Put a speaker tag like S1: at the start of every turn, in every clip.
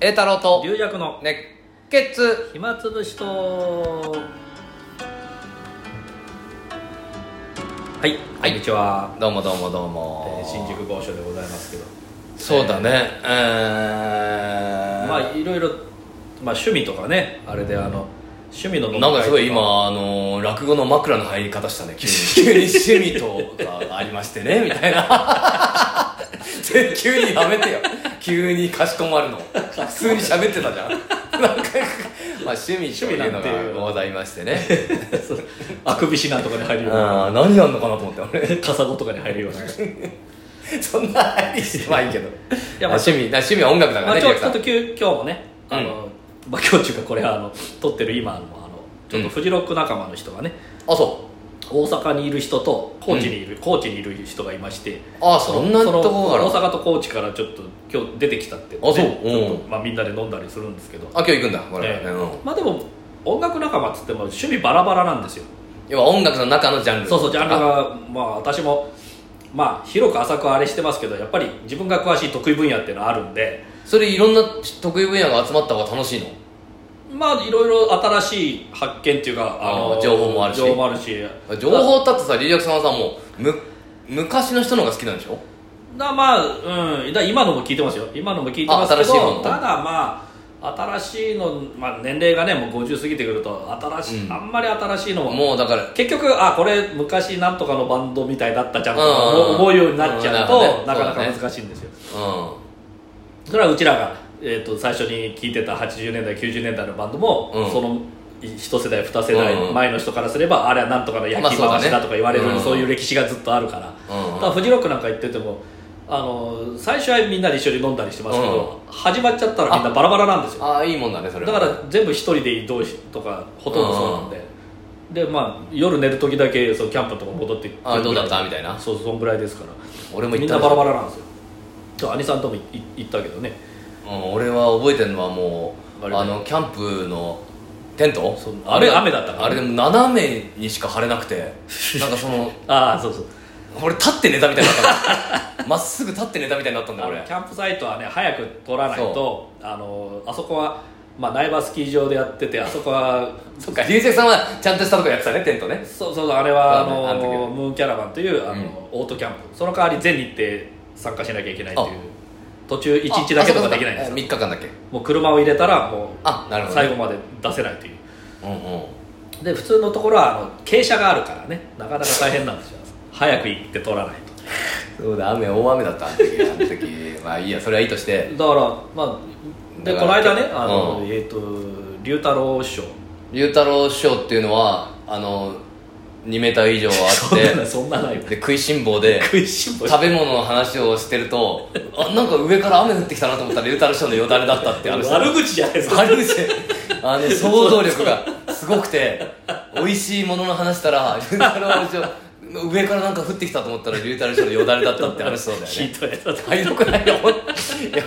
S1: 栄太郎と
S2: 龍弱の
S1: 熱血
S2: 暇つぶしとは
S1: は
S2: い、
S1: い
S2: こんにちは、
S1: どうもどうもどう
S2: え
S1: も、
S2: ー新宿某所でございますけど
S1: そうだねえー、
S2: まあいろいろ、まあ、趣味とかねあれであの趣味の飲み会
S1: なん
S2: と
S1: かすごい今、あのー落語の枕の入り方したね急に 急に趣味とかありましてねみたいなで 急にやめてよ急にかしこまるの普通に喋ってたじゃんなんか、まあ、趣味というの
S2: 趣味なんていう
S1: がございましてね
S2: そうあくびしなんとかに入るよう
S1: あ
S2: な
S1: ー何やんのかなと思って俺
S2: カサゴとかに入るような
S1: そんな入りしてはいいけど
S2: やまあ
S1: 趣味だ趣味は音楽だか
S2: ま
S1: らね
S2: あ、今
S1: リク
S2: 日ちょ
S1: さ
S2: っ
S1: ん
S2: と急今日もねあの、まあ、今日中かこれあの撮ってる今のあのちょっとフジロック仲間の人がね、
S1: あそ
S2: 大阪にいる人と高知にいる、高知にいる人がいまして
S1: うあそんなと
S2: その
S1: こからあ
S2: 大阪と高知からちょっと今日出てきたって
S1: そう
S2: で
S1: うん
S2: まあ、みんなで飲んだりするんですけど、
S1: あ今日行くんだこれ、
S2: ええ
S1: うん
S2: まあでも音楽仲間っつっても趣味バラバラなんですよ
S1: 要は音楽の中のジャンル
S2: そうそうジャンル
S1: あ
S2: がまあ私もまあ広く浅くあれしてますけどやっぱり自分が詳しい得意分野っていうのはあるんで
S1: それいろんな得意分野が集まった方が楽しいの
S2: まあいろいろ新しい発見っていうか
S1: あー情報もあるし
S2: 情報もあるし
S1: 情報だってさリリアクさんはさもうむ昔の人の方が好きなんでしょ
S2: だまあ、うん、だ今のも聞いてますよ今のも聞いてますけ
S1: あ新しいも
S2: ど
S1: の
S2: ただまあ新しいの、まあ、年齢がねもう50過ぎてくると新しい、
S1: うん
S2: あんまり新しいのも
S1: もうだから
S2: 結局あこれ昔なんとかのバンドみたいだったじゃんとか
S1: うんうんうん
S2: 思うようになっちゃうと、
S1: うん
S2: な
S1: なるほどね
S2: かな
S1: そうだ
S2: か
S1: ね
S2: 難しいんですよ
S1: う
S2: それはうちらが、えー、と最初に聴いてた80年代90年代のバンドも、
S1: うん
S2: その一世代二世代前の人からすれば、あれはなんとかの焼
S1: まあ
S2: き
S1: そうだ
S2: 回
S1: ね
S2: しだとか言われる、
S1: うん
S2: そういう歴史がずっとあるから、
S1: うん
S2: だからフジロックなんか行っててもあの最初はみんなで一緒に飲んだりしてますけど、始まっちゃったらみんなバラバラなんですよ
S1: んああいいもんだねそれ
S2: だ
S1: は
S2: から全部一人で移動しとかほとんどそうなんで、でまあ夜寝る時だけそのキャンプとか戻ってくる
S1: あどうだった
S2: ぐらい
S1: みたいな
S2: そうそんぐらいですから
S1: 俺も行
S2: み
S1: っ
S2: ん
S1: た
S2: な
S1: でし
S2: バラ
S1: ょ
S2: バラなんですよそう兄さんともいい行ったけどね
S1: うん俺は覚えてるのはも
S2: あ
S1: う
S2: れね
S1: あのキャンプのテント
S2: そうあれ雨だったから
S1: あれでも斜めにしか晴れなくてなんかその
S2: ああそうそう
S1: 俺立って寝たみたいになったのまっすぐ立って寝たみたいになったんだよ
S2: あの
S1: 俺
S2: キャンプサイトはね早く取らないとあのあそこは、まあ、苗場スキー場でやっててあそこは
S1: そっか流星さんはちゃんとしたとこやってたねテントね
S2: そうそうあれはあ
S1: そうだねあの時
S2: の
S1: は
S2: ムーンキャラバンというあの、オートキャンプその代わり全日程参加しなきゃいけないってい
S1: あ
S2: う途中1日だけとかできないんですよ
S1: 3日間だけ
S2: もう車を入れたらもう
S1: あなるほどね
S2: 最後まで出せないという
S1: うんうん
S2: で普通のところはあの傾斜があるからねなかなか大変なんですよ早く行って取らないと
S1: そうだ雨大雨だったあの時あの時 まあいいやそれはいいとして
S2: だからまあで
S1: だ
S2: こ
S1: か
S2: の
S1: ら
S2: 間ねあの、
S1: うん
S2: えっ、と龍太郎師匠
S1: 龍太郎師匠っていうのはあの2メーター以上
S2: そんな
S1: あ
S2: のそんなないよ
S1: ってで食いしん坊で
S2: 食いしん坊
S1: 食べ物の話をしてるとあなんか上から雨降ってきたなと思ったら龍太郎師匠のよだれだったって話
S2: 悪口じゃないですか
S1: 悪口あの想像力がすごくて美味しいものの話したら龍太郎師匠上からなんか降ってきたと思ったら龍太郎師匠のよだれだったって話そうだよ
S2: ひ
S1: ね
S2: どいやつだ
S1: はいよくないよほんいや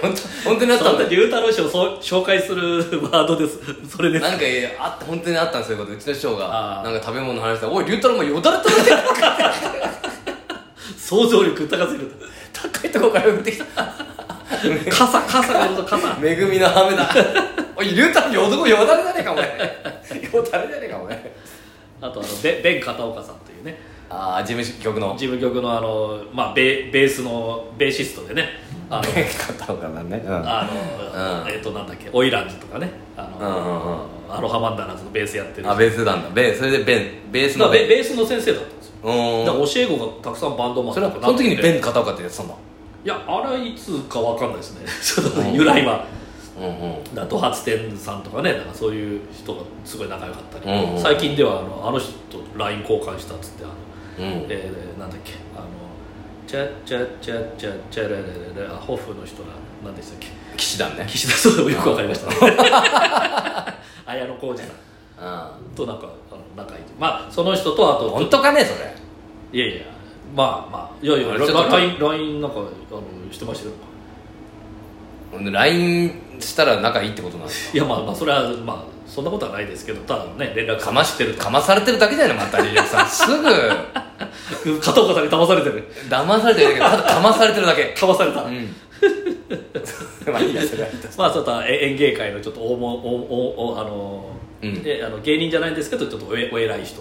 S1: 本当本当にあった
S2: そ
S1: ん
S2: ん
S1: だ
S2: な
S1: よ
S2: 龍太郎師匠をそう紹介するワードですそれです
S1: なんかいやあった本当にあったんですよそういうことうちの師匠
S2: あ
S1: が
S2: ー
S1: なんか食べ物の話したら「おい龍太郎もよだれ垂れてる
S2: 想像力高すぎる
S1: 高いとこから降ってきた
S2: 傘傘があるぞ傘
S1: 恵みの雨だ おい龍太郎よどこよだれじゃねえかお前よだれじゃねえかお前
S2: あとあのでベン片岡さんというね
S1: ああ事務局の
S2: 事務局のあの、まあ、ベベースのベーシストでね あの
S1: 片岡なんねうん
S2: あの、
S1: うん
S2: えっ、となんだっけオイランズとかねあの、
S1: うん
S2: アロハマンダラーズのベースやってる
S1: あベースなんだベーそれでベンベース
S2: だ
S1: の
S2: からベ
S1: ベン
S2: ベースの先生だったんですよ
S1: うーん
S2: だから教え子がたくさんバンドマン
S1: そ
S2: と
S1: れ
S2: か
S1: はその時にベ
S2: ン
S1: ン片岡ってやってたんだ
S2: いやあれいつかわかんない ですねちょっと
S1: うん
S2: 由来は
S1: うんうん
S2: だからドハツテンさんとかねなんかそういう人がすごい仲良かった
S1: う
S2: り、
S1: んうん
S2: 最近ではあのあの人と LINE 交換したっつってあの
S1: うん
S2: えー、なんだっけあのチャチャチャチャチャララララあホフの人が何でしたっ け
S1: 騎士団ね
S2: 岸田総理もよくわかり ましたね 綾野浩二さん
S1: うん
S2: となんかあの仲いいまあその人とあと
S1: 本当かねそれ
S2: いやいやまあまあいやいや
S1: あれちょっと
S2: LINE なんかあのしてましたよ
S1: LINE したら仲いいってことなんです
S2: いやまあまあそれはまあそんなことはないですけどただね連絡
S1: かましてるかまされてるだけじゃないまたリリアク さんすぐ
S2: 片岡さんに騙されてる
S1: 騙されてるだけどただかまされてるだけ
S2: かまされた、
S1: うん まあいいやそれはいいと
S2: まあ、ちょっとえ演芸界のちょっと大物大大大あの、
S1: うん
S2: であの芸人じゃないんですけどちょっとおえお偉い人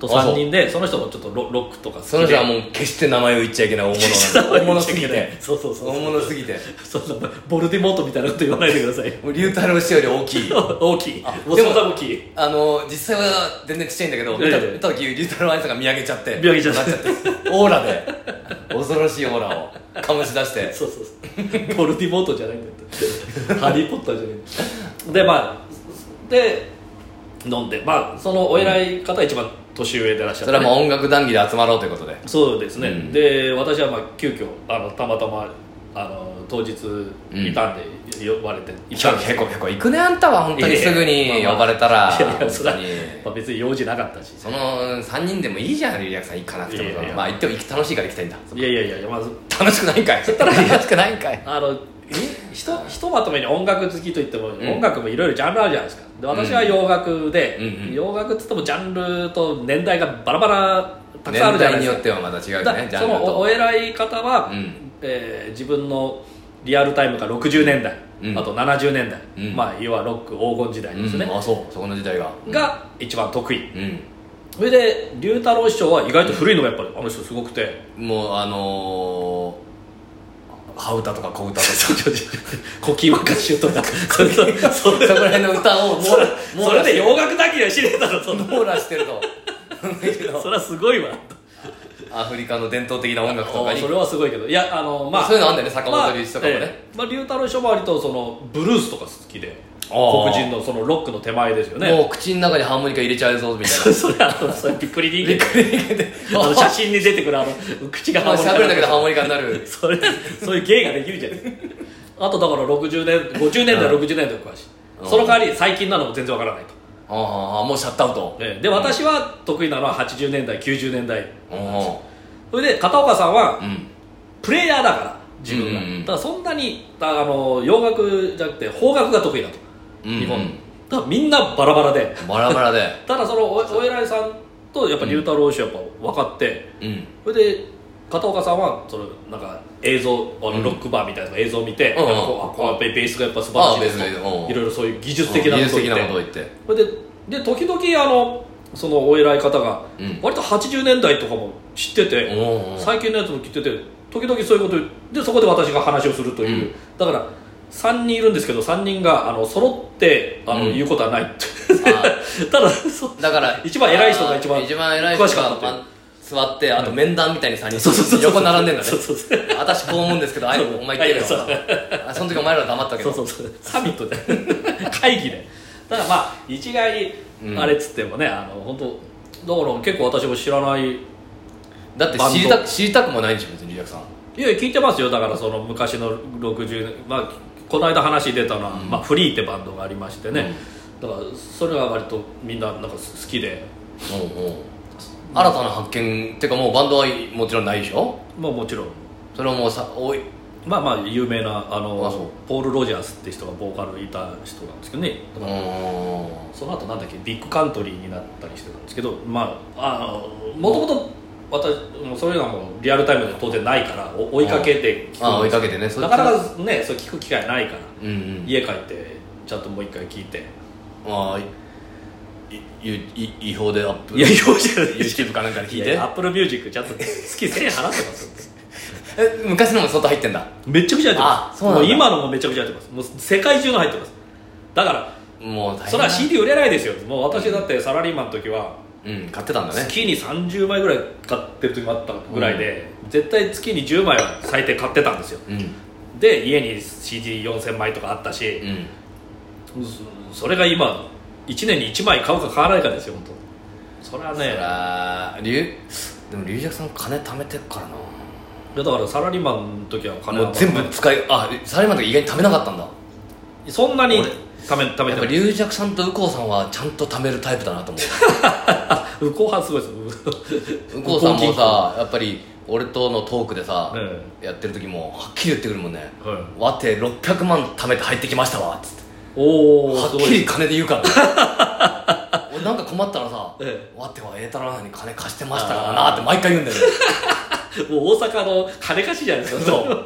S2: と
S1: あそう
S2: 3人でその人もちょっとロロックとか好きで
S1: その人はもう決して名前を言っちゃいけない大物なんで大物すぎて
S2: そうそうそう
S1: 大物すぎて
S2: そんなボルディモートみたいなこと言わないでください
S1: もう龍太郎氏より大きい
S2: 大きいもう
S1: で
S2: そ
S1: も
S2: んな大きい
S1: あの実際は全然ちっちゃいんだけど
S2: いや
S1: 見
S2: い
S1: た
S2: や
S1: 見た時龍太郎兄さんが見上げちゃって
S2: 見上げちゃって
S1: なオーラで恐ろしいオーラを醸し出して
S2: そうそうそうボルディモートじゃないんだってハリー・ポッターじゃないでまあで飲んでまあそのお偉い方は一番年上でいらっしゃっ
S1: そ
S2: て
S1: れはもう音楽談義で集まろうということで
S2: そうですね、
S1: うん
S2: で私はまあ急遽あのたまたまあの当日いたんで、呼ばれてい
S1: 結
S2: たん
S1: 構
S2: です
S1: 結構行くねあんたは本当にすぐ
S2: いやい
S1: に
S2: や
S1: 呼ばれたら
S2: いやいや
S1: 本
S2: そ
S1: 当
S2: れ
S1: に
S2: まあ、別に用事なかったし
S1: その3人でもいいじゃんリリアクさん行かなくて
S2: いやいやい
S1: も
S2: や
S1: まあ行っても行き楽しいから行きたいんだ
S2: いやいやいやまず
S1: 楽しくないんかい楽しくないんかい
S2: あのひひとひとまとめに音楽好きといっても、
S1: ん
S2: 音楽もいろいろジャンルあるじゃないですかで私は洋楽で、
S1: うんうん
S2: 洋楽っつってもジャンルと年代がバラバラたくさんある
S1: 年
S2: じゃ
S1: 代
S2: ないで
S1: によ
S2: す
S1: ってはまた違う
S2: か,だ、
S1: ねジャ
S2: そ
S1: ンル
S2: のおお
S1: と
S2: 偉い方は、
S1: うん
S2: えー自分のリアルタイムが60年代、
S1: うん
S2: あと70年代、
S1: うん
S2: まあ要はロック黄金時代ですね、
S1: うんあそうそこの時代が
S2: が一番得意
S1: うん
S2: それで龍太郎師匠は意外と古いのがやっぱりあの人すごくて
S1: もうあのー、羽歌とか小歌と かそ
S2: 「古今和歌集」とか それそ
S1: こ
S2: れ
S1: ら辺の歌をもう
S2: それで洋楽だけは知れたらそんな
S1: 網羅してると
S2: それはすごいわ
S1: アフリカの伝統的な音楽とかに
S2: それはすごいけどいやあのまあ
S1: そういうのあんだよね坂本龍一とかもね
S2: まあええまあ龍太郎師匠も割とそのブルースとか好きで
S1: あー
S2: 黒人のそのロックの手前ですよ
S1: も
S2: ね
S1: う口の中にハーモニカ入れちゃうぞみたいな
S2: それあのそれびっくり人間 あの写真に出てくる あの口が
S1: まあ
S2: ハーモニカ
S1: 喋るだけでハーモニカになる
S2: それそういう芸ができるじゃないあとだから60年50年代60年代と詳しい
S1: うん
S2: その代わり最近なのも全然わからないと、
S1: あああもうシャットアウト
S2: ええで私は得意なのは80年代90年代
S1: うん
S2: それで片岡さんは
S1: うん
S2: プレイヤーだから自分が、
S1: うんうんうん
S2: だからそんなにだあの洋楽じゃなくて邦楽が得意だと、
S1: うんうん
S2: 日本だからみんなバラバラで
S1: バラバラで
S2: ただそのおお偉いさんとやっぱ龍太郎氏はやっぱ分かって、
S1: うん
S2: それで片岡さんはそのなんか映像あ
S1: うん
S2: のロックバーみたいな映像を見て、
S1: うんうん
S2: なんかこうあこうやっぱりベースがやっぱ素晴らしいです
S1: あベースがいいうん
S2: といろいろそういう技術的な
S1: 技
S2: こと
S1: 術
S2: を
S1: 的
S2: 言
S1: な
S2: っ
S1: ことを
S2: て
S1: 言って
S2: それでで時々あのそのお偉い方が、
S1: うん
S2: 割と80年代とかも知ってて、
S1: おうおう
S2: 最近のやつも聞いてて時々そういうことでそこで私が話をするという、
S1: うん
S2: だから3人いるんですけど3人があの揃ってあの、
S1: うん
S2: 言うことはない
S1: あー
S2: ただそう
S1: だから
S2: 一番偉い人が一番
S1: あー一番偉い人が
S2: 詳しかったって
S1: ま座ってあと面談みたいに3人
S2: そうそうそう
S1: 横並んでんだね
S2: そうそうそう
S1: 私こう思うんですけどあいお前言ってるよ
S2: そう
S1: あその時お前ら黙ったけ
S2: そう
S1: ど
S2: そう そうサミットで会議でただまあ一概
S1: うん
S2: にあれっつってもね、あの本当だから結構私も知らないい
S1: だって知りた知りたくもないんでしょ別にリラクさん
S2: や聞いてますよだからその昔の60年まあこの間話出たのは、まあ、フリーってバンドがありましてね、だからそれは割とみんななんか好きで
S1: おうおう新たな発見っていうかもうバンドはもちろんないでしょ
S2: まあもちろん
S1: それはもうさおい
S2: まあまあ有名なあの
S1: あそう
S2: ポール・ロジャースって人がボーカルいた人なんですけどね
S1: うーん
S2: その後なんだっけビッグカントリーになったりしてたんですけどまああのもともと私もうそういうのはもうリアルタイムで当然ないからお追いかけて聞く
S1: あ追いかけてねそ
S2: なかなかねそう聞く機会ないから
S1: うんうん
S2: 家帰ってちゃんともう一回聞いて
S1: あーいいい違法でアップ
S2: いや違法じゃない
S1: YouTube かなんかで聞いて
S2: アップルミュージックちゃんと好き1000円払ってます
S1: え昔のも相当入ってんだ
S2: めっちゃくちゃ入ってま
S1: あ
S2: す
S1: そうなんだ
S2: もう今のもめちゃくちゃ入ってますもう世界中の入ってますだから
S1: もう大変だ
S2: それは CD 売れないですよもう私だってサラリーマンの時は
S1: うん買ってたんだね
S2: 月に30枚ぐらい買ってる時もあったぐらいで、絶対月に10枚は最低買ってたんですよ
S1: うん
S2: で家に CD4000 枚とかあったし、
S1: うん
S2: そそれが今1年に1枚買うか買わないかですよ本当それはね
S1: そら龍でも龍尺さん金貯めてるからない
S2: やだからサラリーマンの時は金
S1: も
S2: は
S1: う全部使いあサラリーマンの時意外に貯めなかったんだ
S2: そんなに
S1: 俺
S2: ためため
S1: やってぱ
S2: ない
S1: 龍尺さんと右近さんはちゃんと貯めるタイプだなと思う
S2: 右近はすごいで す
S1: 右近さんもさやっぱり俺とのトークでさ、
S2: え
S1: やってる時もはっきり言ってくるもんね
S2: えはい
S1: 「わて600万貯めて入ってきましたわ」っつって
S2: おお
S1: は
S2: す
S1: っ
S2: ご
S1: きり
S2: い
S1: 金で言うからね俺 なんか困ったらさ
S2: え
S1: 「わては栄太郎さんに金貸してましたからな」って毎回言うんだよね
S2: もう大阪の金貸しじゃないですか
S1: そうは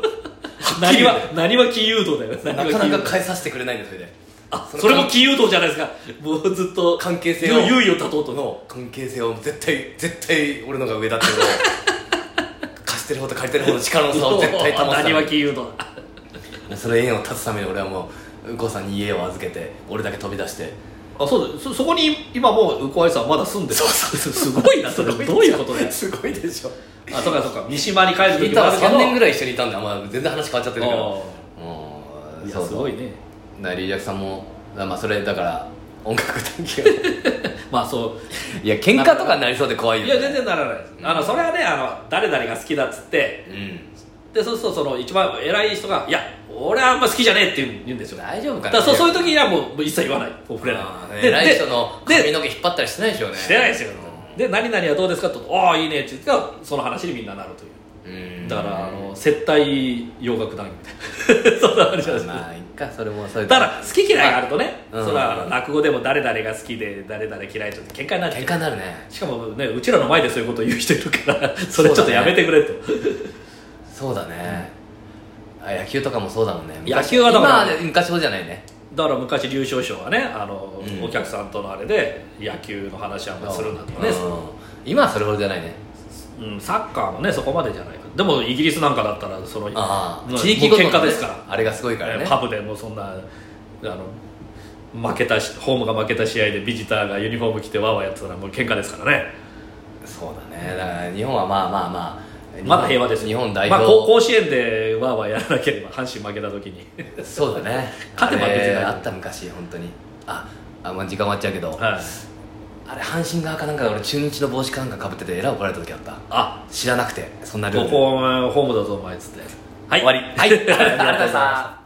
S2: 何は何は金融道だよ
S1: な
S2: 何は
S1: か
S2: 金
S1: な
S2: 融
S1: か
S2: 道
S1: 変えさせてくれないんですそれで
S2: あそれも金融道じゃないですかもうずっと
S1: 関係性を
S2: 猶予を断とうと
S1: の関係性を絶対絶対俺のが上だっていうの を貸してる方と借りてる方の力の差を絶対保つため
S2: 何
S1: に
S2: は金融道だ
S1: その縁を断つために俺はもう右近さんに家を預けて俺だけ飛び出して
S2: あそうだそそこに今もうウコアイさんはまだ住んでる
S1: そうそうそう
S2: すごいなそれどういうことだよ
S1: すごいでしょ
S2: あそうかそうか三島に帰る
S1: い
S2: 時
S1: た
S2: もあ
S1: は
S2: るけど
S1: 3年ぐ
S2: らい
S1: らい一緒にいたんで、あまあ、全然話変わっちゃってるけどうん
S2: い
S1: そ
S2: や
S1: う
S2: す
S1: そう
S2: ごいね
S1: なリージャクさんもまあそれだから音楽探求
S2: まあそう
S1: いや喧嘩とかになりそうで怖いよ、
S2: い
S1: ね、
S2: や全然ならないです、あのそれはねあの誰々が好きだっつってでそうするとその一番偉い人が「いや俺はあんま好きじゃねえ」って言うん言うんです
S1: うん
S2: よ
S1: 大丈夫か
S2: だ
S1: な
S2: からそうそういう
S1: と
S2: 時にはもうもう一切言わないもう触れないで
S1: 偉い人の
S2: で
S1: 髪の毛引っ張ったりしてないでしょうね
S2: してないですよで何々はどうですかと「ああいいね」って言ってからその話にみんななるという
S1: うん
S2: だからあの接待洋楽団みたいな そんな話なんです
S1: まあいっかそれもそれで
S2: ただ好き嫌いがあるとね、
S1: うん
S2: それは落語でも誰々が好きで誰々嫌いと喧嘩になっちゃう
S1: 喧嘩になるね
S2: しかもねうちらの前でそういうこと言う人いるから それちょっとやめてくれと、
S1: そうだね、あ野球とかもそうだもんね
S2: 野球はだから
S1: 今はね昔ほどじゃないね
S2: だから昔流昇師匠はねあの、
S1: うん
S2: お客さんとのあれで野球の話はあんまりするなとかね、
S1: うん今はそれほどじゃないね
S2: うん、サッカーもねそこまでじゃないかでもイギリスなんかだったらその
S1: ああ
S2: もう
S1: 地域ごとの
S2: もう喧嘩ですから
S1: あれがすごいからね
S2: パブでもそんなあの負けたしホームが負けた試合でビジターがユニフォーム着てわーわーやってたらもう喧嘩ですからね
S1: そうだねだから日本はまあまあまあ
S2: まだ平和ですよ
S1: 日本代表、
S2: まあ、甲甲子園でわーわーやらなければ阪神負けた時 に
S1: そうだね
S2: 勝てば
S1: あれ
S2: 別に大丈夫
S1: あった昔本当にああまあ時間終わっちゃうけど、
S2: はい
S1: あれ阪神側かなんかで俺中日の帽子かなんかかぶっててえらい怒られた時あった
S2: あ
S1: 知らなくてそんなルー
S2: こ
S1: ル
S2: こお前ホームだぞお前っつってはい
S1: 終わりはいありがとうございました